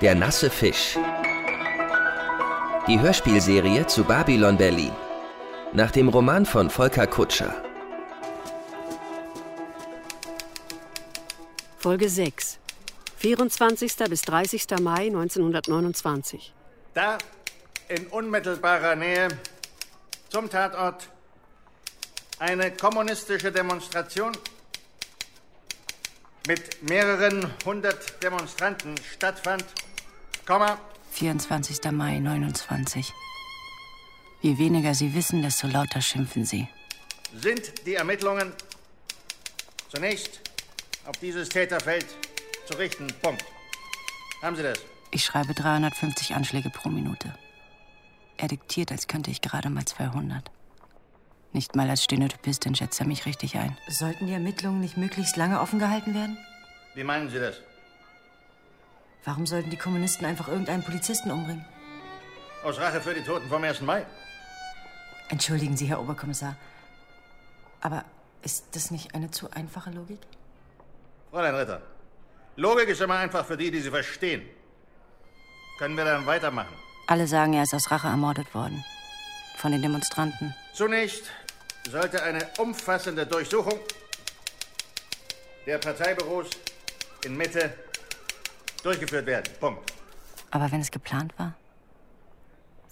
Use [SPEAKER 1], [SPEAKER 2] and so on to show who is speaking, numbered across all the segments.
[SPEAKER 1] Der nasse Fisch. Die Hörspielserie zu Babylon Berlin. Nach dem Roman von Volker Kutscher.
[SPEAKER 2] Folge 6. 24. bis 30. Mai 1929.
[SPEAKER 3] Da, in unmittelbarer Nähe, zum Tatort, eine kommunistische Demonstration mit mehreren hundert Demonstranten stattfand, Komma,
[SPEAKER 4] 24. Mai 29. Je weniger sie wissen, desto lauter schimpfen sie.
[SPEAKER 3] sind die Ermittlungen zunächst auf dieses Täterfeld zu richten. Punkt. Haben Sie das?
[SPEAKER 4] Ich schreibe 350 Anschläge pro Minute. Er diktiert, als könnte ich gerade mal 200. Nicht mal als Stenotypistin schätzt er mich richtig ein.
[SPEAKER 5] Sollten die Ermittlungen nicht möglichst lange offen gehalten werden?
[SPEAKER 3] Wie meinen Sie das?
[SPEAKER 5] Warum sollten die Kommunisten einfach irgendeinen Polizisten umbringen?
[SPEAKER 3] Aus Rache für die Toten vom 1. Mai?
[SPEAKER 5] Entschuldigen Sie, Herr Oberkommissar. Aber ist das nicht eine zu einfache Logik?
[SPEAKER 3] Fräulein Ritter, Logik ist immer einfach für die, die sie verstehen. Können wir dann weitermachen?
[SPEAKER 4] Alle sagen, er ist aus Rache ermordet worden. Von den Demonstranten.
[SPEAKER 3] Zunächst sollte eine umfassende Durchsuchung der Parteibüros in Mitte durchgeführt werden. Punkt.
[SPEAKER 4] Aber wenn es geplant war?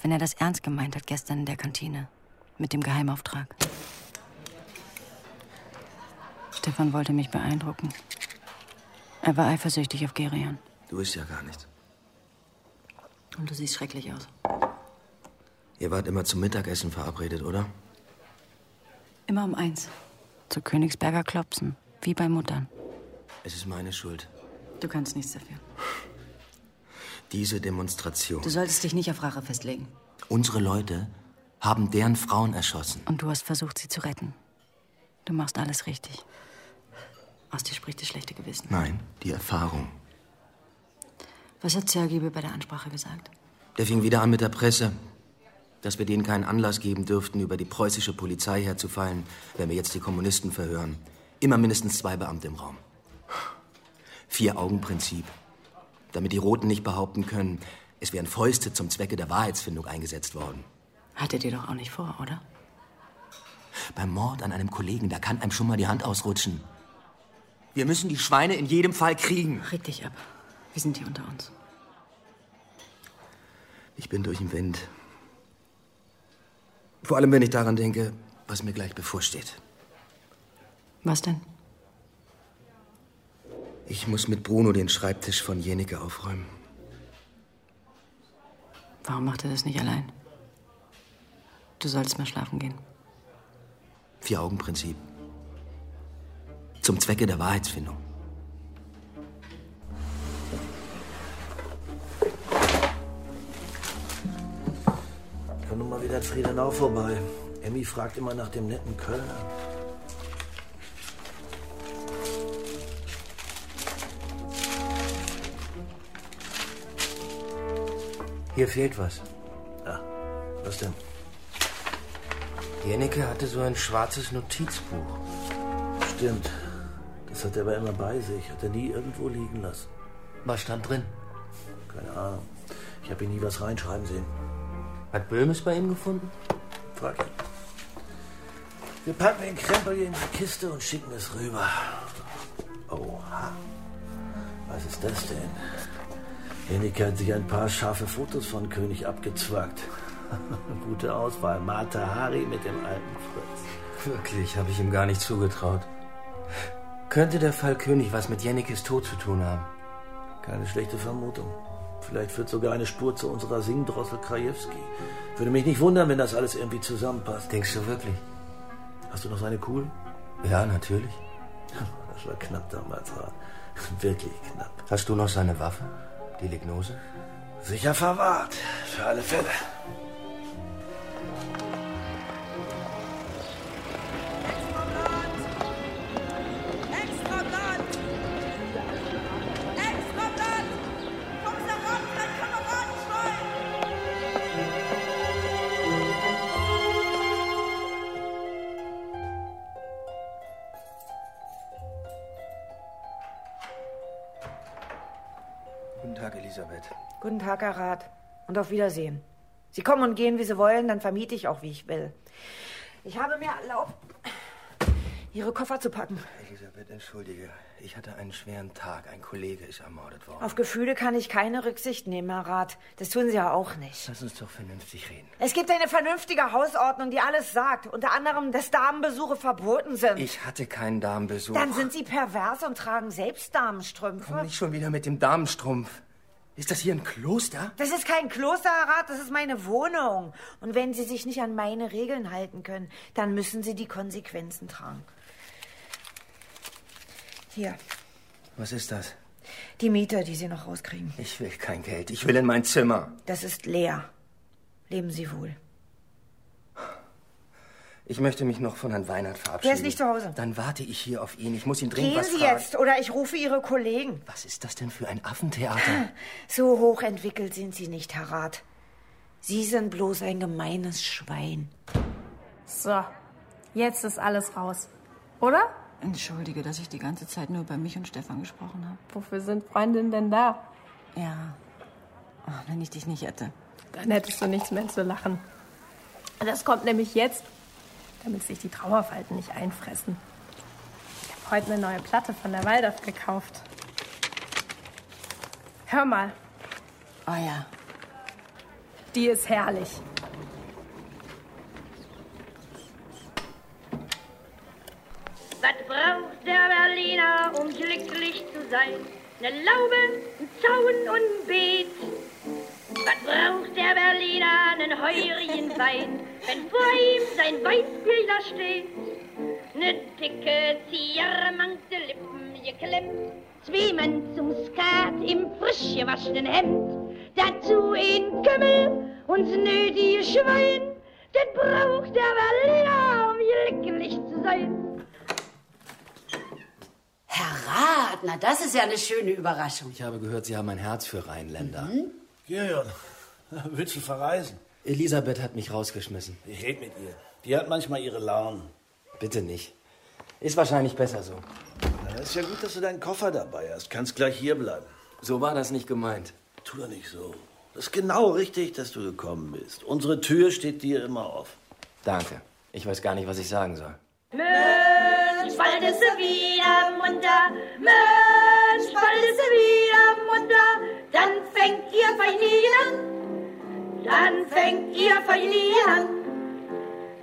[SPEAKER 4] Wenn er das ernst gemeint hat gestern in der Kantine. Mit dem Geheimauftrag. Stefan wollte mich beeindrucken. Er war eifersüchtig auf Gerion.
[SPEAKER 6] Du bist ja gar nicht.
[SPEAKER 5] Und du siehst schrecklich aus.
[SPEAKER 6] Ihr wart immer zum Mittagessen verabredet, oder?
[SPEAKER 4] Immer um eins. Zu Königsberger Klopsen. Wie bei Muttern.
[SPEAKER 6] Es ist meine Schuld.
[SPEAKER 5] Du kannst nichts dafür.
[SPEAKER 6] Diese Demonstration.
[SPEAKER 5] Du solltest dich nicht auf Rache festlegen.
[SPEAKER 6] Unsere Leute haben deren Frauen erschossen.
[SPEAKER 4] Und du hast versucht, sie zu retten. Du machst alles richtig.
[SPEAKER 5] Aus dir spricht das schlechte Gewissen.
[SPEAKER 6] Nein, die Erfahrung.
[SPEAKER 5] Was hat Sergei bei der Ansprache gesagt?
[SPEAKER 6] Der fing wieder an mit der Presse, dass wir denen keinen Anlass geben dürften, über die preußische Polizei herzufallen, wenn wir jetzt die Kommunisten verhören. Immer mindestens zwei Beamte im Raum. Vier-Augen-Prinzip. Damit die Roten nicht behaupten können, es wären Fäuste zum Zwecke der Wahrheitsfindung eingesetzt worden.
[SPEAKER 4] Hat er dir doch auch nicht vor, oder?
[SPEAKER 6] Beim Mord an einem Kollegen, da kann einem schon mal die Hand ausrutschen. Wir müssen die Schweine in jedem Fall kriegen.
[SPEAKER 4] Reg dich ab. Wir sind hier unter uns.
[SPEAKER 6] Ich bin durch den Wind. Vor allem, wenn ich daran denke, was mir gleich bevorsteht.
[SPEAKER 4] Was denn?
[SPEAKER 6] Ich muss mit Bruno den Schreibtisch von Jenike aufräumen.
[SPEAKER 4] Warum macht er das nicht allein? Du solltest mal schlafen gehen.
[SPEAKER 6] Vier-Augen-Prinzip. Zum Zwecke der Wahrheitsfindung.
[SPEAKER 7] Komm nun mal wieder an Friedenau vorbei. Emmy fragt immer nach dem netten Kölner. Hier fehlt was.
[SPEAKER 8] Ah,
[SPEAKER 7] Ja, was denn?
[SPEAKER 8] Jennecke hatte so ein schwarzes Notizbuch.
[SPEAKER 7] Stimmt. Das hat er aber immer bei sich. Hat er nie irgendwo liegen lassen.
[SPEAKER 8] Was stand drin?
[SPEAKER 7] Keine Ahnung. Ich habe ihn nie was reinschreiben sehen.
[SPEAKER 8] Hat Böhm es bei ihm gefunden?
[SPEAKER 7] Frag ihn. Wir packen den Krempel hier in die Kiste und schicken es rüber. Oha. Was ist das denn? Hennecke hat sich ein paar scharfe Fotos von König abgezwackt. Gute Auswahl. Martha Hari mit dem alten Fritz.
[SPEAKER 8] Wirklich, habe ich ihm gar nicht zugetraut. Könnte der Fall König was mit Jennekes Tod zu tun haben?
[SPEAKER 7] Keine schlechte Vermutung. Vielleicht führt sogar eine Spur zu unserer Singdrossel Krajewski. Würde mich nicht wundern, wenn das alles irgendwie zusammenpasst.
[SPEAKER 8] Denkst du wirklich?
[SPEAKER 7] Hast du noch seine Kugel?
[SPEAKER 8] Ja, natürlich.
[SPEAKER 7] Das war knapp damals, Ra. Wirklich knapp.
[SPEAKER 8] Hast du noch seine Waffe? Die Lignose?
[SPEAKER 7] Sicher verwahrt. Für alle Fälle.
[SPEAKER 9] Extra Blatt! Extra Blatt! Kommst da ran, dein Kameraden schreien!
[SPEAKER 10] Guten
[SPEAKER 8] Tag, Elisabeth.
[SPEAKER 10] Guten Tag, Herr Rath. Und auf Wiedersehen. Sie kommen und gehen, wie Sie wollen, dann vermiete ich auch, wie ich will. Ich habe mir erlaubt, Ihre Koffer zu packen.
[SPEAKER 8] Elisabeth, entschuldige. Ich hatte einen schweren Tag. Ein Kollege ist ermordet worden.
[SPEAKER 10] Auf Gefühle kann ich keine Rücksicht nehmen, Herr Rath. Das tun Sie ja auch nicht.
[SPEAKER 8] Lass uns doch vernünftig reden.
[SPEAKER 10] Es gibt eine vernünftige Hausordnung, die alles sagt. Unter anderem, dass Damenbesuche verboten sind.
[SPEAKER 8] Ich hatte keinen Damenbesuch.
[SPEAKER 10] Dann sind Sie pervers und tragen selbst Damenstrümpfe.
[SPEAKER 8] Komm nicht schon wieder mit dem Damenstrumpf. Ist das hier ein Kloster?
[SPEAKER 10] Das ist kein Kloster, Herr Rat, das ist meine Wohnung. Und wenn Sie sich nicht an meine Regeln halten können, dann müssen Sie die Konsequenzen tragen. Hier,
[SPEAKER 8] Was ist das?
[SPEAKER 10] die Miete, die Sie noch rauskriegen.
[SPEAKER 8] Ich will kein Geld. Ich will in mein Zimmer.
[SPEAKER 10] Das ist leer. Leben Sie wohl.
[SPEAKER 8] Ich möchte mich noch von Herrn Weinert verabschieden.
[SPEAKER 10] nicht zu Hause.
[SPEAKER 8] Dann warte ich hier auf ihn. Ich muss ihn dringend
[SPEAKER 10] Gehen
[SPEAKER 8] was
[SPEAKER 10] Sie
[SPEAKER 8] fragen.
[SPEAKER 10] jetzt oder ich rufe Ihre Kollegen.
[SPEAKER 8] Was ist das denn für ein Affentheater?
[SPEAKER 10] So hochentwickelt sind Sie nicht, Herr Rat. Sie sind bloß ein gemeines Schwein.
[SPEAKER 11] So, jetzt ist alles raus. Oder?
[SPEAKER 4] Entschuldige, dass ich die ganze Zeit nur über mich und Stefan gesprochen habe.
[SPEAKER 11] Wofür sind Freundinnen denn da?
[SPEAKER 4] Ja. Ach, wenn ich dich nicht hätte.
[SPEAKER 11] Dann hättest du nichts mehr zu lachen. Das kommt nämlich jetzt, damit sich die Trauerfalten nicht einfressen. Ich habe heute eine neue Platte von der Waldorf gekauft. Hör mal,
[SPEAKER 4] Oh ja.
[SPEAKER 11] die ist herrlich.
[SPEAKER 12] Was braucht der Berliner, um glücklich zu sein? Eine Laube, ein Zaun und ein Beet. Was braucht der Berliner, einen heurigen Wein, wenn vor ihm sein Weißbier da steht? Eine dicke Ziere, manchte Lippen geklemmt, zwei Mann zum Skat im frisch gewaschenen Hemd. Dazu ein Kümmel und das nötige Schwein, das braucht der Berliner, um glücklich zu sein.
[SPEAKER 13] Herr Rath, na das ist ja eine schöne Überraschung.
[SPEAKER 6] Ich habe gehört, Sie haben ein Herz für Rheinländer.
[SPEAKER 7] Jörn, willst du verreisen?
[SPEAKER 6] Elisabeth hat mich rausgeschmissen.
[SPEAKER 7] Ich rede mit ihr. Die hat manchmal ihre Launen.
[SPEAKER 6] Bitte nicht. Ist wahrscheinlich besser so.
[SPEAKER 7] Na, ist ja gut, dass du deinen Koffer dabei hast. Kannst gleich hier bleiben.
[SPEAKER 6] So war das nicht gemeint.
[SPEAKER 7] Tu doch nicht so. Das ist genau richtig, dass du gekommen bist. Unsere Tür steht dir immer offen.
[SPEAKER 6] Danke. Ich weiß gar nicht, was ich sagen soll.
[SPEAKER 12] Mensch, bald ist sie wieder munter. Mensch, bald ist sie wieder munter. Dann fängt ihr Feiligen an. Dann fängt ihr Feiligen an.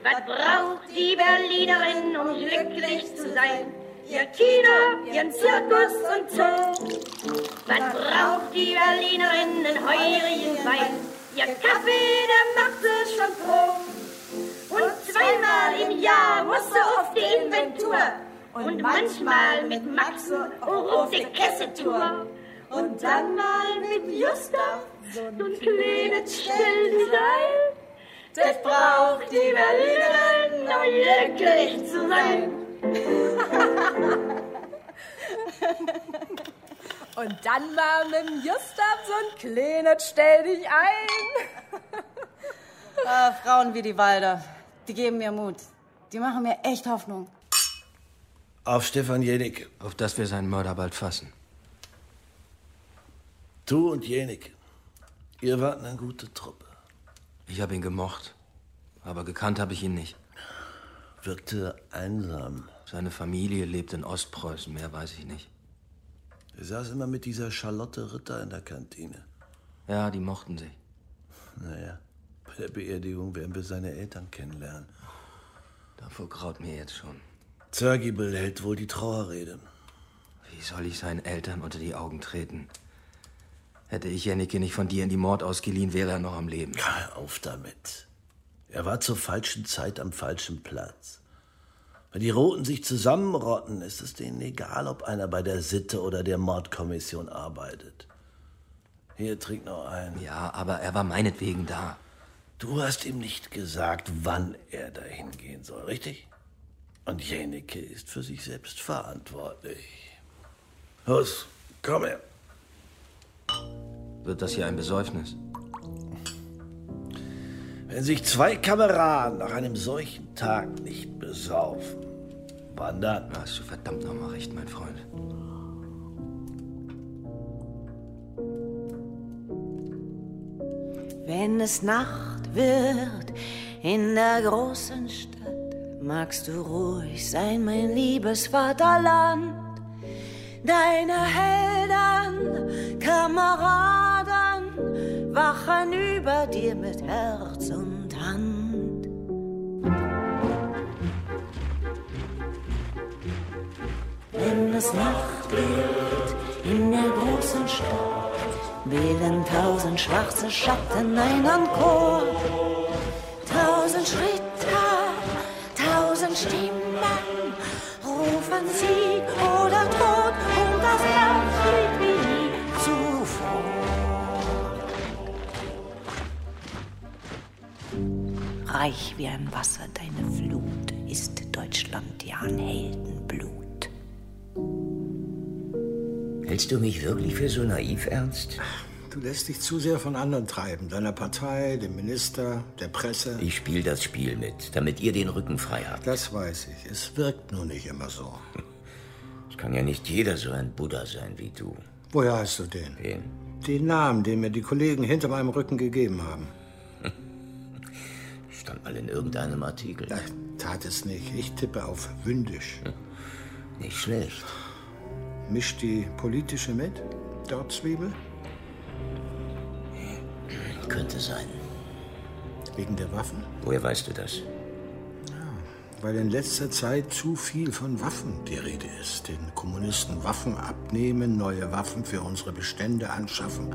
[SPEAKER 12] Was braucht die Berlinerin, um glücklich zu sein? Ihr Kino, ihren Zirkus und Zoo. Was braucht die Berlinerin, einen heurigen Wein? Ihr Kaffee, der macht sie schon froh. Und zweimal im Jahr muss sie auf die Inventur. Und manchmal mit Maxen auch auf die Kessetour. Und dann mal mit Justa, so ein kleines Stelldesign. Das braucht die Berlinerin, um glücklich zu sein.
[SPEAKER 11] Und dann mal mit dem Justab so ein kleines Stell dich ein.
[SPEAKER 4] Ah, Frauen wie die Walder. Die geben mir Mut. Die machen mir echt Hoffnung.
[SPEAKER 7] Auf Stefan Jenicke.
[SPEAKER 6] Auf dass wir seinen Mörder bald fassen.
[SPEAKER 7] Du und Jenicke. Ihr wart eine gute Truppe.
[SPEAKER 6] Ich habe ihn gemocht. Aber gekannt habe ich ihn nicht.
[SPEAKER 7] Wirkte einsam.
[SPEAKER 6] Seine Familie lebt in Ostpreußen, mehr weiß ich nicht.
[SPEAKER 7] Er saß immer mit dieser Charlotte Ritter in der Kantine.
[SPEAKER 6] Ja, die mochten sich.
[SPEAKER 7] Naja, bei der Beerdigung werden wir seine Eltern kennenlernen.
[SPEAKER 6] Davor graut mir jetzt schon.
[SPEAKER 7] Zergibel hält wohl die Trauerrede.
[SPEAKER 6] Wie soll ich seinen Eltern unter die Augen treten? Hätte ich Jennike nicht von dir in die Mord ausgeliehen, wäre er noch am Leben.
[SPEAKER 7] Hör auf damit. Er war zur falschen Zeit am falschen Platz. Wenn die Roten sich zusammenrotten, ist es denen egal, ob einer bei der Sitte oder der Mordkommission arbeitet. Hier, trink noch einen.
[SPEAKER 6] Ja, aber er war meinetwegen da.
[SPEAKER 7] Du hast ihm nicht gesagt, wann er dahin gehen soll, richtig? Und Jeneke ist für sich selbst verantwortlich. Hus, komm her.
[SPEAKER 6] Wird das hier ein Besäufnis?
[SPEAKER 7] Wenn sich zwei Kameraden nach einem solchen Tag nicht besaufen, wann dann?
[SPEAKER 6] Da hast du verdammt nochmal recht, mein Freund.
[SPEAKER 12] Wenn es Nacht wird in der großen Stadt, magst du ruhig sein, mein liebes Vaterland. Deine Helden, Kameraden, wachen über dir mit Herz und Hand. Wenn es Nacht wird in der großen Stadt, wählen tausend schwarze Schatten einen Chor. Tausend Schritte, tausend Stimmen rufen Sieg oder Tod und das Herz schlägt wie nie zuvor. Reich wie ein Wasser deine Flut ist Deutschland ja ein Heldenblut.
[SPEAKER 14] Hältst du mich wirklich für so naiv, Ernst?
[SPEAKER 15] Du lässt dich zu sehr von anderen treiben. Deiner Partei, dem Minister, der Presse.
[SPEAKER 14] Ich spiele das Spiel mit, damit ihr den Rücken frei habt.
[SPEAKER 15] Das weiß ich. Es wirkt nur nicht immer so.
[SPEAKER 14] Es kann ja nicht jeder so ein Buddha sein wie du.
[SPEAKER 15] Woher hast du den?
[SPEAKER 14] Wen?
[SPEAKER 15] Den Namen, den mir die Kollegen hinter meinem Rücken gegeben haben.
[SPEAKER 14] Stand mal in irgendeinem Artikel.
[SPEAKER 15] Das tat es nicht. Ich tippe auf Wündisch.
[SPEAKER 14] Nicht schlecht.
[SPEAKER 15] Mischt die politische mit? Dortzwiebel?
[SPEAKER 14] Könnte sein.
[SPEAKER 15] Wegen der Waffen?
[SPEAKER 14] Woher weißt du das?
[SPEAKER 15] Weil in letzter Zeit zu viel von Waffen die Rede ist. Den Kommunisten Waffen abnehmen, neue Waffen für unsere Bestände anschaffen.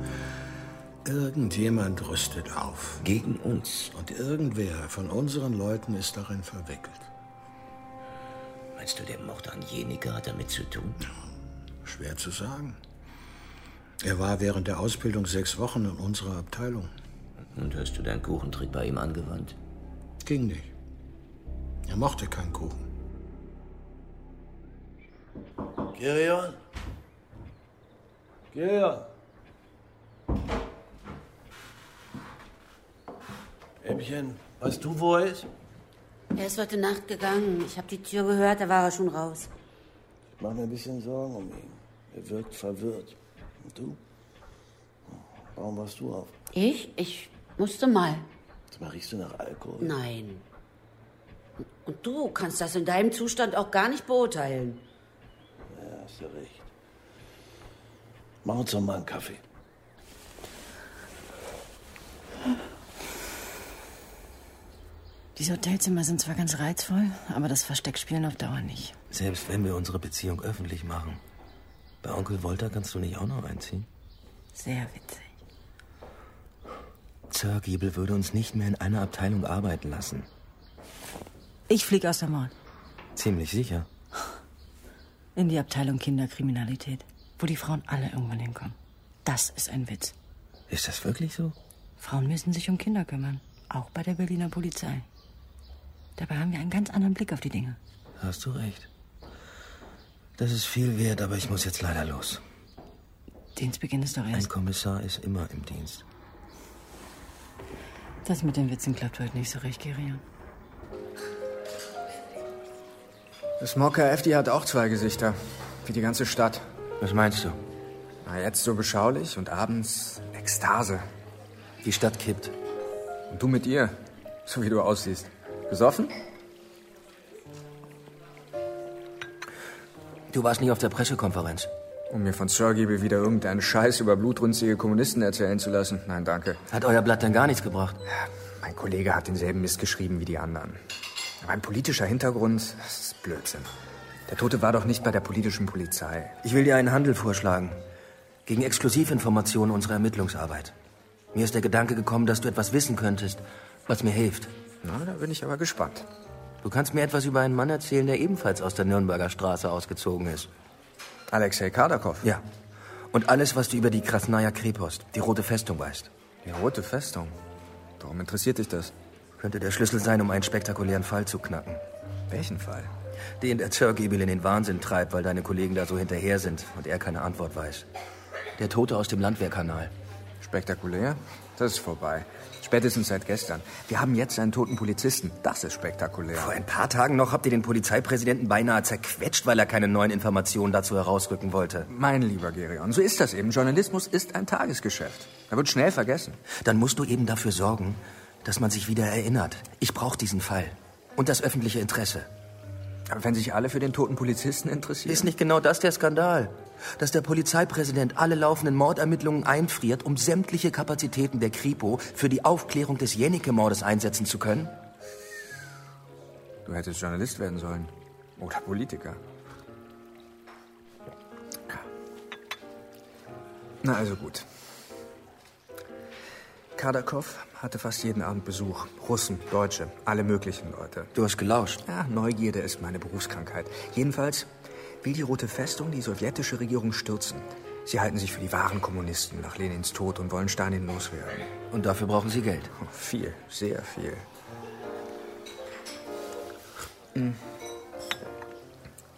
[SPEAKER 15] Irgendjemand rüstet auf.
[SPEAKER 14] Gegen uns.
[SPEAKER 15] Und irgendwer von unseren Leuten ist darin verwickelt.
[SPEAKER 14] Meinst du, der Mord an Jenike hat damit zu tun?
[SPEAKER 15] Schwer zu sagen. Er war während der Ausbildung sechs Wochen in unserer Abteilung.
[SPEAKER 14] Und hast du deinen Kuchentrick bei ihm angewandt?
[SPEAKER 15] Ging nicht. Er mochte keinen Kuchen.
[SPEAKER 7] Gerion? Gerion? Ämmchen, weißt du, wo er ist?
[SPEAKER 13] Er ist heute Nacht gegangen. Ich habe die Tür gehört, da war er schon raus.
[SPEAKER 7] Ich mache mir ein bisschen Sorgen um ihn. Er wirkt verwirrt. Und du? Warum warst du auf?
[SPEAKER 13] Ich? Ich musste mal.
[SPEAKER 7] Jetzt mal riechst du nach Alkohol?
[SPEAKER 13] Nein. Und du kannst das in deinem Zustand auch gar nicht beurteilen.
[SPEAKER 7] Ja, hast du recht. Mach uns doch mal einen Kaffee.
[SPEAKER 4] Diese Hotelzimmer sind zwar ganz reizvoll, aber das Versteckspielen auf Dauer nicht.
[SPEAKER 6] Selbst wenn wir unsere Beziehung öffentlich machen. Bei Onkel Volta kannst du nicht auch noch einziehen.
[SPEAKER 4] Sehr witzig.
[SPEAKER 6] Zörgiebel würde uns nicht mehr in einer Abteilung arbeiten lassen.
[SPEAKER 4] Ich fliege aus der Mall.
[SPEAKER 6] Ziemlich sicher.
[SPEAKER 4] In die Abteilung Kinderkriminalität, wo die Frauen alle irgendwann hinkommen. Das ist ein Witz.
[SPEAKER 6] Ist das wirklich so?
[SPEAKER 4] Frauen müssen sich um Kinder kümmern. Auch bei der Berliner Polizei. Dabei haben wir einen ganz anderen Blick auf die Dinge.
[SPEAKER 6] Hast du recht. Das ist viel wert, aber ich muss jetzt leider los.
[SPEAKER 4] Dienstbeginn ist doch erst.
[SPEAKER 6] Ein Kommissar ist immer im Dienst.
[SPEAKER 4] Das mit den Witzen klappt heute nicht so recht, Gerion.
[SPEAKER 16] Das Mokka-FD hat auch zwei Gesichter. Wie die ganze Stadt.
[SPEAKER 6] Was meinst du?
[SPEAKER 16] Na, jetzt so beschaulich und abends Ekstase.
[SPEAKER 6] Die Stadt kippt.
[SPEAKER 16] Und du mit ihr. So wie du aussiehst. Gesoffen?
[SPEAKER 6] Du warst nicht auf der Pressekonferenz.
[SPEAKER 16] Um mir von Sergei wieder irgendeinen Scheiß über blutrünstige Kommunisten erzählen zu lassen. Nein, danke.
[SPEAKER 6] Hat euer Blatt dann gar nichts gebracht?
[SPEAKER 16] Ja, mein Kollege hat denselben Mist geschrieben wie die anderen. Aber ein politischer Hintergrund, das ist Blödsinn. Der Tote war doch nicht bei der politischen Polizei.
[SPEAKER 6] Ich will dir einen Handel vorschlagen. Gegen Exklusivinformationen unserer Ermittlungsarbeit. Mir ist der Gedanke gekommen, dass du etwas wissen könntest, was mir hilft.
[SPEAKER 16] Na, da bin ich aber gespannt.
[SPEAKER 6] Du kannst mir etwas über einen Mann erzählen, der ebenfalls aus der Nürnberger Straße ausgezogen ist.
[SPEAKER 16] Alexei Kardakov?
[SPEAKER 6] Ja. Und alles, was du über die Krasnaya Krepost, die Rote Festung, weißt.
[SPEAKER 16] Die Rote Festung? Warum interessiert dich das?
[SPEAKER 6] Könnte der Schlüssel sein, um einen spektakulären Fall zu knacken.
[SPEAKER 16] Welchen Fall?
[SPEAKER 6] Den der Zirkebel in den Wahnsinn treibt, weil deine Kollegen da so hinterher sind und er keine Antwort weiß. Der Tote aus dem Landwehrkanal.
[SPEAKER 16] Spektakulär? Das ist vorbei. Spätestens seit gestern. Wir haben jetzt einen toten Polizisten. Das ist spektakulär.
[SPEAKER 6] Vor ein paar Tagen noch habt ihr den Polizeipräsidenten beinahe zerquetscht, weil er keine neuen Informationen dazu herausrücken wollte.
[SPEAKER 16] Mein lieber Gerion, so ist das eben. Journalismus ist ein Tagesgeschäft. Er wird schnell vergessen.
[SPEAKER 6] Dann musst du eben dafür sorgen, dass man sich wieder erinnert. Ich brauche diesen Fall. Und das öffentliche Interesse.
[SPEAKER 16] Aber wenn sich alle für den toten Polizisten interessieren.
[SPEAKER 6] Ist nicht genau das der Skandal? Dass der Polizeipräsident alle laufenden Mordermittlungen einfriert, um sämtliche Kapazitäten der Kripo für die Aufklärung des Jennecke-Mordes einsetzen zu können?
[SPEAKER 16] Du hättest Journalist werden sollen. Oder Politiker. Na also gut. Kadakow hatte fast jeden Abend Besuch. Russen, Deutsche, alle möglichen Leute.
[SPEAKER 6] Du hast gelauscht.
[SPEAKER 16] Ja, Neugierde ist meine Berufskrankheit. Jedenfalls will die Rote Festung die sowjetische Regierung stürzen. Sie halten sich für die wahren Kommunisten nach Lenins Tod und wollen Stalin loswerden.
[SPEAKER 6] Und dafür brauchen sie Geld.
[SPEAKER 16] Oh, viel, sehr viel.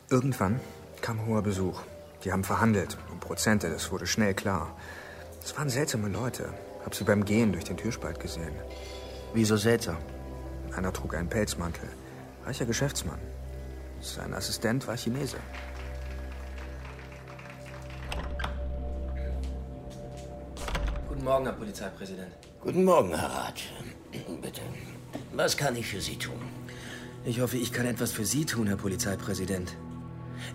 [SPEAKER 16] Irgendwann kam hoher Besuch. Die haben verhandelt um Prozente, das wurde schnell klar. Es waren seltsame Leute. Hab sie beim Gehen durch den Türspalt gesehen.
[SPEAKER 6] Wieso seltsam?
[SPEAKER 16] Einer trug einen Pelzmantel. Reicher Geschäftsmann. Sein Assistent war Chinese.
[SPEAKER 8] Guten Morgen, Herr Polizeipräsident.
[SPEAKER 14] Guten Morgen, Herr Rath. Bitte. Was kann ich für Sie tun?
[SPEAKER 6] Ich hoffe, ich kann etwas für Sie tun, Herr Polizeipräsident.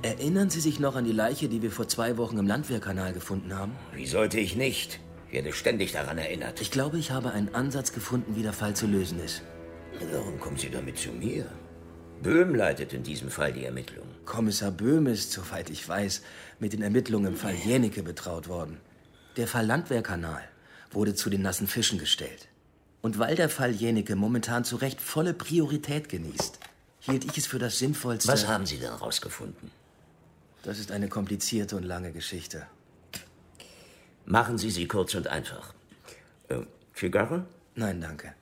[SPEAKER 6] Erinnern Sie sich noch an die Leiche, die wir vor zwei Wochen im Landwehrkanal gefunden haben?
[SPEAKER 14] Wie sollte ich nicht? Ich werde ständig daran erinnert.
[SPEAKER 6] Ich glaube, ich habe einen Ansatz gefunden, wie der Fall zu lösen ist.
[SPEAKER 14] Warum kommen Sie damit zu mir? Böhm leitet in diesem Fall die Ermittlungen.
[SPEAKER 6] Kommissar Böhm ist, soweit ich weiß, mit den Ermittlungen im Fall Jänicke betraut worden. Der Fall Landwehrkanal wurde zu den nassen Fischen gestellt. Und weil der Fall Jänicke momentan zu Recht volle Priorität genießt, hielt ich es für das Sinnvollste.
[SPEAKER 14] Was haben Sie denn rausgefunden?
[SPEAKER 6] Das ist eine komplizierte und lange Geschichte.
[SPEAKER 14] Machen Sie sie kurz und einfach. Äh, Zigarre?
[SPEAKER 6] Nein, danke.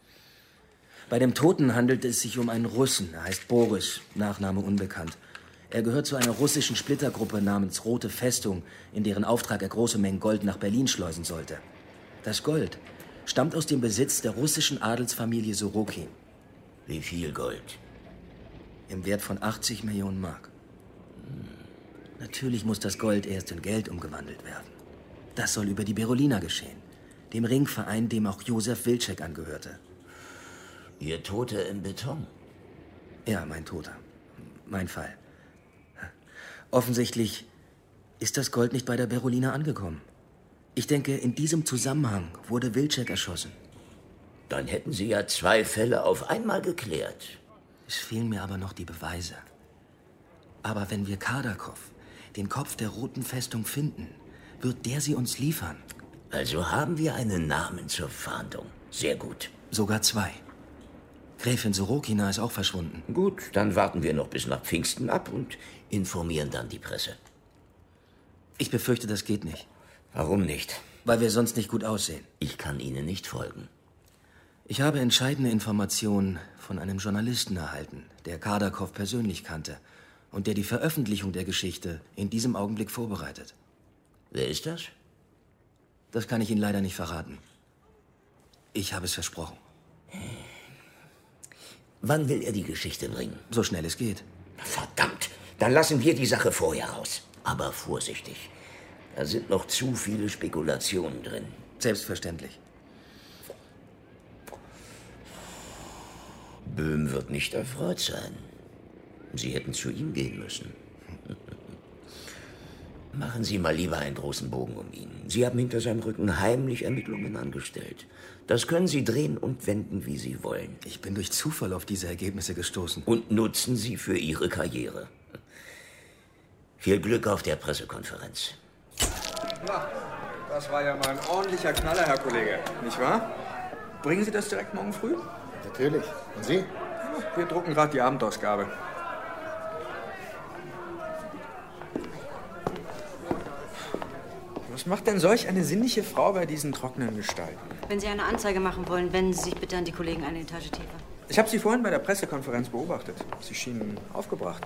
[SPEAKER 6] Bei dem Toten handelt es sich um einen Russen. Er heißt Boris, Nachname unbekannt. Er gehört zu einer russischen Splittergruppe namens Rote Festung, in deren Auftrag er große Mengen Gold nach Berlin schleusen sollte. Das Gold stammt aus dem Besitz der russischen Adelsfamilie Sorokin.
[SPEAKER 14] Wie viel Gold?
[SPEAKER 6] Im Wert von 80 Millionen Mark. Natürlich muss das Gold erst in Geld umgewandelt werden. Das soll über die Berolina geschehen, dem Ringverein, dem auch Josef Wilczek angehörte.
[SPEAKER 14] Ihr Toter im Beton?
[SPEAKER 6] Ja, mein Toter. Mein Fall. Offensichtlich ist das Gold nicht bei der Berolina angekommen. Ich denke, in diesem Zusammenhang wurde Wilczek erschossen.
[SPEAKER 14] Dann hätten Sie ja zwei Fälle auf einmal geklärt.
[SPEAKER 6] Es fehlen mir aber noch die Beweise. Aber wenn wir Kadakow, den Kopf der Roten Festung, finden, wird der sie uns liefern.
[SPEAKER 14] Also haben wir einen Namen zur Fahndung. Sehr gut.
[SPEAKER 6] Sogar zwei. Gräfin Sorokina ist auch verschwunden.
[SPEAKER 14] Gut, dann warten wir noch bis nach Pfingsten ab und informieren dann die Presse.
[SPEAKER 6] Ich befürchte, das geht nicht.
[SPEAKER 14] Warum nicht?
[SPEAKER 6] Weil wir sonst nicht gut aussehen.
[SPEAKER 14] Ich kann Ihnen nicht folgen.
[SPEAKER 6] Ich habe entscheidende Informationen von einem Journalisten erhalten, der Kardakow persönlich kannte und der die Veröffentlichung der Geschichte in diesem Augenblick vorbereitet.
[SPEAKER 14] Wer ist das?
[SPEAKER 6] Das kann ich Ihnen leider nicht verraten. Ich habe es versprochen.
[SPEAKER 14] Wann will er die Geschichte bringen?
[SPEAKER 6] So schnell es geht.
[SPEAKER 14] Verdammt! Dann lassen wir die Sache vorher raus. Aber vorsichtig. Da sind noch zu viele Spekulationen drin.
[SPEAKER 6] Selbstverständlich.
[SPEAKER 14] Böhm wird nicht erfreut sein. Sie hätten zu ihm gehen müssen. Machen Sie mal lieber einen großen Bogen um ihn. Sie haben hinter seinem Rücken heimlich Ermittlungen angestellt. Das können Sie drehen und wenden, wie Sie wollen.
[SPEAKER 6] Ich bin durch Zufall auf diese Ergebnisse gestoßen.
[SPEAKER 14] Und nutzen Sie für Ihre Karriere. Viel Glück auf der Pressekonferenz.
[SPEAKER 17] Na, das war ja mal ein ordentlicher Knaller, Herr Kollege. Nicht wahr? Bringen Sie das direkt morgen früh?
[SPEAKER 15] Natürlich. Und Sie?
[SPEAKER 17] Wir drucken gerade die Abendausgabe. Was macht denn solch eine sinnliche Frau bei diesen trockenen Gestalten?
[SPEAKER 18] Wenn Sie eine Anzeige machen wollen, wenden Sie sich bitte an die Kollegen eine Etage tiefer.
[SPEAKER 17] Ich habe Sie vorhin bei der Pressekonferenz beobachtet. Sie schienen aufgebracht.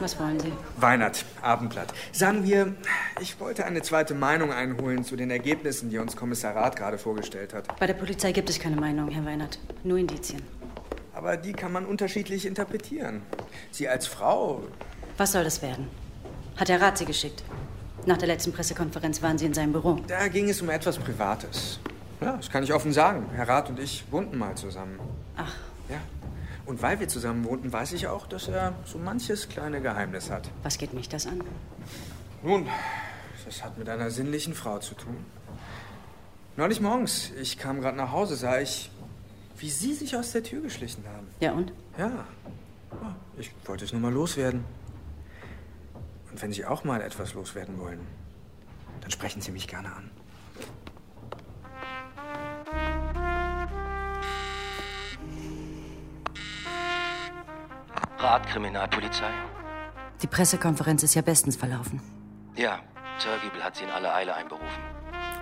[SPEAKER 19] Was wollen Sie?
[SPEAKER 16] Weinert, Abendblatt. Sagen wir, ich wollte eine zweite Meinung einholen zu den Ergebnissen, die uns Kommissar Rath gerade vorgestellt hat.
[SPEAKER 19] Bei der Polizei gibt es keine Meinung, Herr Weinert. Nur Indizien.
[SPEAKER 16] Aber die kann man unterschiedlich interpretieren. Sie als Frau.
[SPEAKER 19] Was soll das werden? Hat Herr Rat Sie geschickt? Nach der letzten Pressekonferenz waren Sie in seinem Büro.
[SPEAKER 16] Da ging es um etwas Privates. Ja, das kann ich offen sagen. Herr Rath und ich wohnten mal zusammen.
[SPEAKER 19] Ach.
[SPEAKER 16] Ja. Und weil wir zusammen wohnten, weiß ich auch, dass er so manches kleine Geheimnis hat.
[SPEAKER 19] Was geht mich das an?
[SPEAKER 16] Nun, das hat mit einer sinnlichen Frau zu tun. Neulich morgens, ich kam gerade nach Hause, sah ich, wie Sie sich aus der Tür geschlichen haben.
[SPEAKER 19] Ja und?
[SPEAKER 16] Ja. Ah, Ich wollte es nur mal loswerden. Und wenn Sie auch mal etwas loswerden wollen, dann sprechen Sie mich gerne an.
[SPEAKER 20] Rat Kriminalpolizei?
[SPEAKER 4] Die Pressekonferenz ist ja bestens verlaufen.
[SPEAKER 20] Ja, Zörgiebel hat sie in aller Eile einberufen.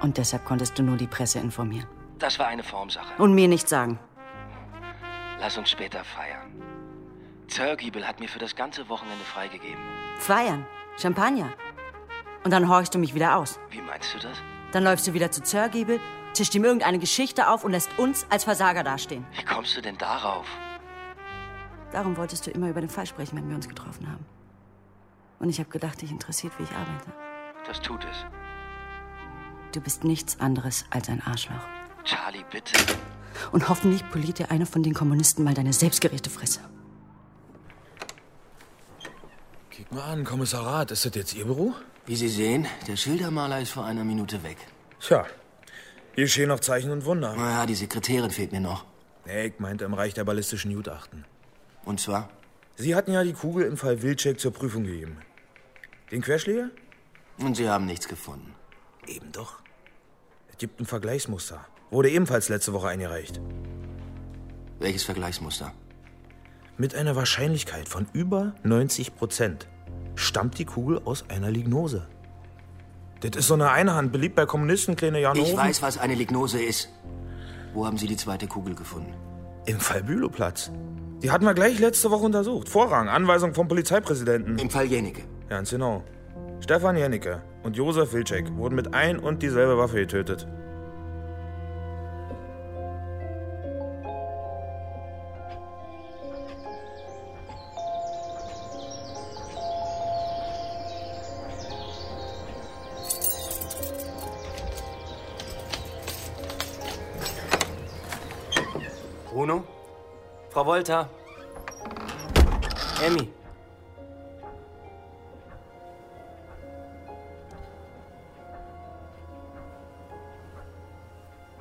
[SPEAKER 4] Und deshalb konntest du nur die Presse informieren.
[SPEAKER 20] Das war eine Formsache.
[SPEAKER 4] Und mir nichts sagen.
[SPEAKER 20] Lass uns später feiern. Zörgiebel hat mir für das ganze Wochenende freigegeben.
[SPEAKER 4] Feiern. Champagner. Und dann horchst du mich wieder aus.
[SPEAKER 20] Wie meinst du das?
[SPEAKER 4] Dann läufst du wieder zu Zörgiebel, tischt ihm irgendeine Geschichte auf und lässt uns als Versager dastehen.
[SPEAKER 20] Wie kommst du denn darauf?
[SPEAKER 4] Darum wolltest du immer über den Fall sprechen, wenn wir uns getroffen haben. Und ich habe gedacht, dich interessiert, wie ich arbeite.
[SPEAKER 20] Das tut es.
[SPEAKER 4] Du bist nichts anderes als ein Arschloch.
[SPEAKER 20] Charlie, bitte.
[SPEAKER 4] Und hoffentlich poliert dir einer von den Kommunisten mal deine selbstgerechte Fresse.
[SPEAKER 6] Guck mal an, Kommissar Rath, ist das jetzt Ihr Büro? Wie Sie sehen, der Schildermaler ist vor einer Minute weg.
[SPEAKER 21] Tja, hier stehen noch Zeichen und Wunder.
[SPEAKER 6] Naja, die Sekretärin fehlt mir noch.
[SPEAKER 21] Nee, ich meinte im Reich der ballistischen Gutachten.
[SPEAKER 6] Und zwar?
[SPEAKER 21] Sie hatten ja die Kugel im Fall Wilczek zur Prüfung gegeben. Den Querschläger?
[SPEAKER 6] Und Sie haben nichts gefunden.
[SPEAKER 21] Eben doch. Es gibt ein Vergleichsmuster. Wurde ebenfalls letzte Woche eingereicht.
[SPEAKER 6] Welches Vergleichsmuster?
[SPEAKER 21] Mit einer Wahrscheinlichkeit von über 90 Prozent stammt die Kugel aus einer Lignose. Das ist so eine Einhand, beliebt bei Kommunisten, kleine Janoven.
[SPEAKER 6] Ich weiß, was eine Lignose ist. Wo haben Sie die zweite Kugel gefunden?
[SPEAKER 21] Im Fall Bülowplatz. Die hatten wir gleich letzte Woche untersucht. Vorrang, Anweisung vom Polizeipräsidenten.
[SPEAKER 6] Im Fall Jenicke.
[SPEAKER 21] Ganz genau. Stefan Jenicke und Josef Wilczek wurden mit ein und dieselbe Waffe getötet.
[SPEAKER 6] Bruno? Frau Volta? Emmy?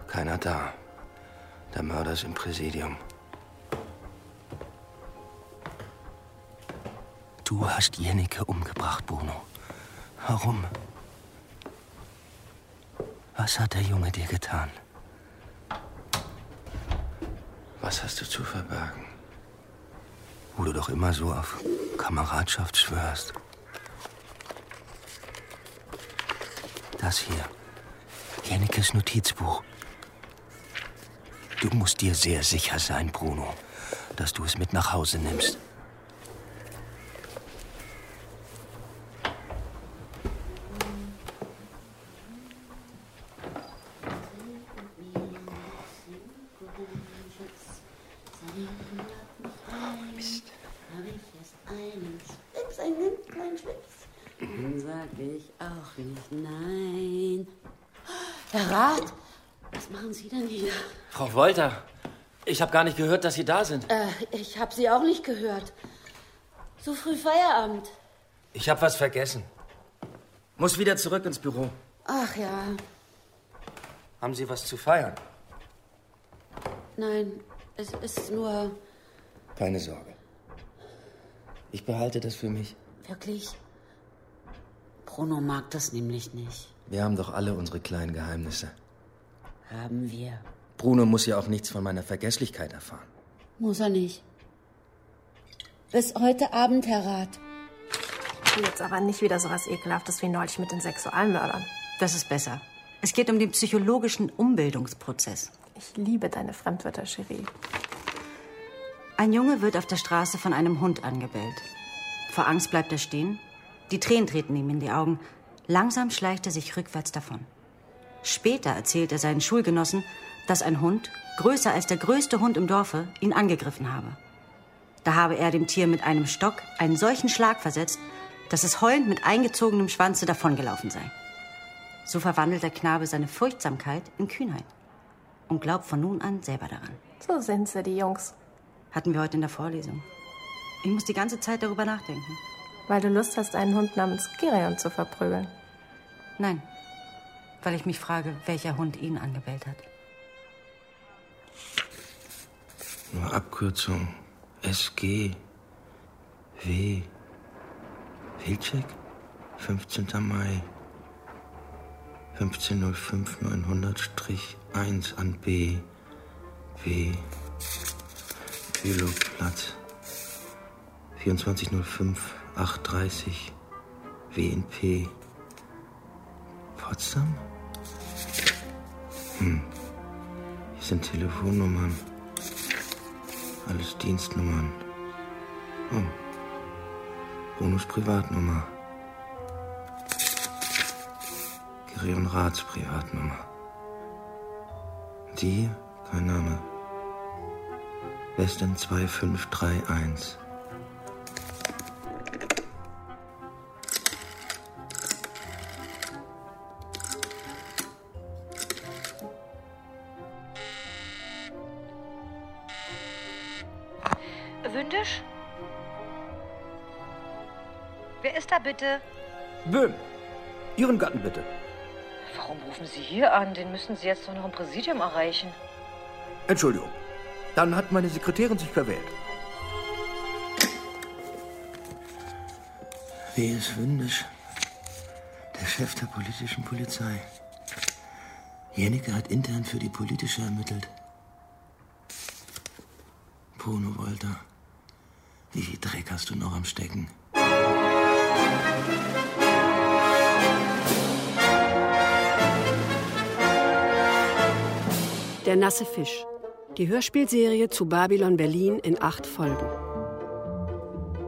[SPEAKER 6] Keiner da. Der Mörder ist im Präsidium. Du hast Jennecke umgebracht, Bruno. Warum? Was hat der Junge dir getan? Was hast du zu verbergen? Wo du doch immer so auf Kameradschaft schwörst. Das hier. Jennekes Notizbuch. Du musst dir sehr sicher sein, Bruno, dass du es mit nach Hause nimmst.
[SPEAKER 22] Mist.
[SPEAKER 13] Mhm.
[SPEAKER 22] Schlips, einen kleinen Schlips.
[SPEAKER 13] Dann sag ich auch nicht nein. Herr Rat, was machen Sie denn hier?
[SPEAKER 6] Frau Wolter, ich habe gar nicht gehört, dass Sie da sind.
[SPEAKER 13] Äh, ich habe Sie auch nicht gehört. So früh Feierabend.
[SPEAKER 6] Ich habe was vergessen. Muss wieder zurück ins Büro.
[SPEAKER 13] Ach ja,
[SPEAKER 6] Haben Sie was zu feiern?
[SPEAKER 13] nein, es ist nur
[SPEAKER 6] Keine Sorge. Ich behalte das für mich.
[SPEAKER 13] wirklich. Bruno mag das nämlich nicht.
[SPEAKER 20] Wir haben doch alle unsere kleinen Geheimnisse.
[SPEAKER 13] Haben wir.
[SPEAKER 20] Bruno muss ja auch nichts von meiner Vergesslichkeit erfahren.
[SPEAKER 13] Muss er nicht. Bis heute Abend, Herr Rat.
[SPEAKER 23] Jetzt aber nicht wieder so was Ekelhaftes wie neulich mit den Sexualmördern.
[SPEAKER 4] Das ist besser. Es geht um den psychologischen Umbildungsprozess.
[SPEAKER 23] Ich liebe deine Fremdwörter, Cherie.
[SPEAKER 4] Ein Junge wird auf der Straße von einem Hund angebellt. Vor Angst bleibt er stehen. Die Tränen treten ihm in die Augen. Langsam schleicht er sich rückwärts davon. Später erzählt er seinen Schulgenossen, dass ein Hund, größer als der größte Hund im Dorfe, ihn angegriffen habe. Da habe er dem Tier mit einem Stock einen solchen Schlag versetzt, dass es heulend mit eingezogenem Schwanze davongelaufen sei. So verwandelt der Knabe seine Furchtsamkeit in Kühnheit und glaubt von nun an selber daran.
[SPEAKER 11] So sind sie, die Jungs.
[SPEAKER 4] Hatten wir heute in der Vorlesung. Ich muss die ganze Zeit darüber nachdenken.
[SPEAKER 11] Weil du Lust hast, einen Hund namens Gerion zu verprügeln.
[SPEAKER 4] Nein, weil ich mich frage, welcher Hund ihn angebellt hat.
[SPEAKER 17] Nur Abkürzung. SG. W. Wilczek? 15. Mai. 1505 900-1 an B. W. Bülowplatz. 2405 830 WNP. Potsdam? Hm. Hier sind Telefonnummern. Alles Dienstnummern. Oh. Bonus Privatnummer. Gerion Rats Privatnummer. Die, hier? kein Name. Westen 2531.
[SPEAKER 12] Wündisch? Wer ist da bitte?
[SPEAKER 6] Böhm, Ihren Gatten bitte.
[SPEAKER 12] Warum rufen Sie hier an? Den müssen Sie jetzt doch noch im Präsidium erreichen.
[SPEAKER 6] Entschuldigung. Dann hat meine Sekretärin sich verwählt.
[SPEAKER 17] W. ist Windisch. Der Chef der politischen Polizei. Jeneke hat intern für die politische ermittelt. Bruno Wolter. Wie viel Dreck hast du noch am Stecken?
[SPEAKER 2] Der nasse Fisch. Die Hörspielserie zu Babylon Berlin in acht Folgen.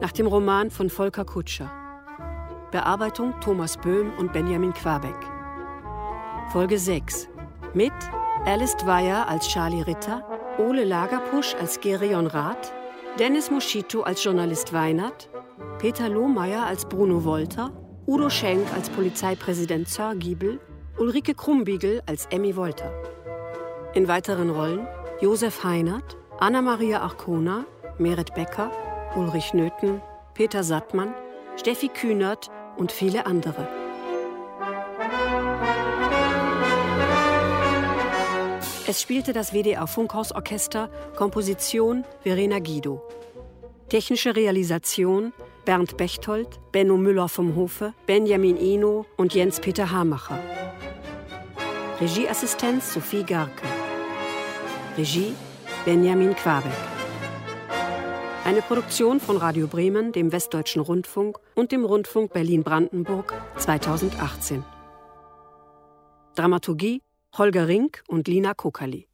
[SPEAKER 2] Nach dem Roman von Volker Kutscher. Bearbeitung Thomas Böhm und Benjamin Quabeck. Folge 6. Mit Alice Dwyer als Charlie Ritter, Ole Lagerpusch als Gerion Rath, Dennis Moschito als Journalist Weinert, Peter Lohmeier als Bruno Wolter, Udo Schenk als Polizeipräsident Sir Giebel, Ulrike Krumbiegel als Emmy Wolter. In weiteren Rollen Josef Heinert, Anna-Maria Arcona, Meret Becker, Ulrich Nöthen, Peter Sattmann, Steffi Kühnert und viele andere. Es spielte das WDR Funkhausorchester, Komposition Verena Guido. Technische Realisation Bernd Bechtold, Benno Müller vom Hofe, Benjamin Eno und Jens-Peter Hamacher. Regieassistenz Sophie Garke. Regie Benjamin Quabeck. Eine Produktion von Radio Bremen, dem Westdeutschen Rundfunk und dem Rundfunk Berlin-Brandenburg 2018. Dramaturgie Holger Rink und Lina Kokali.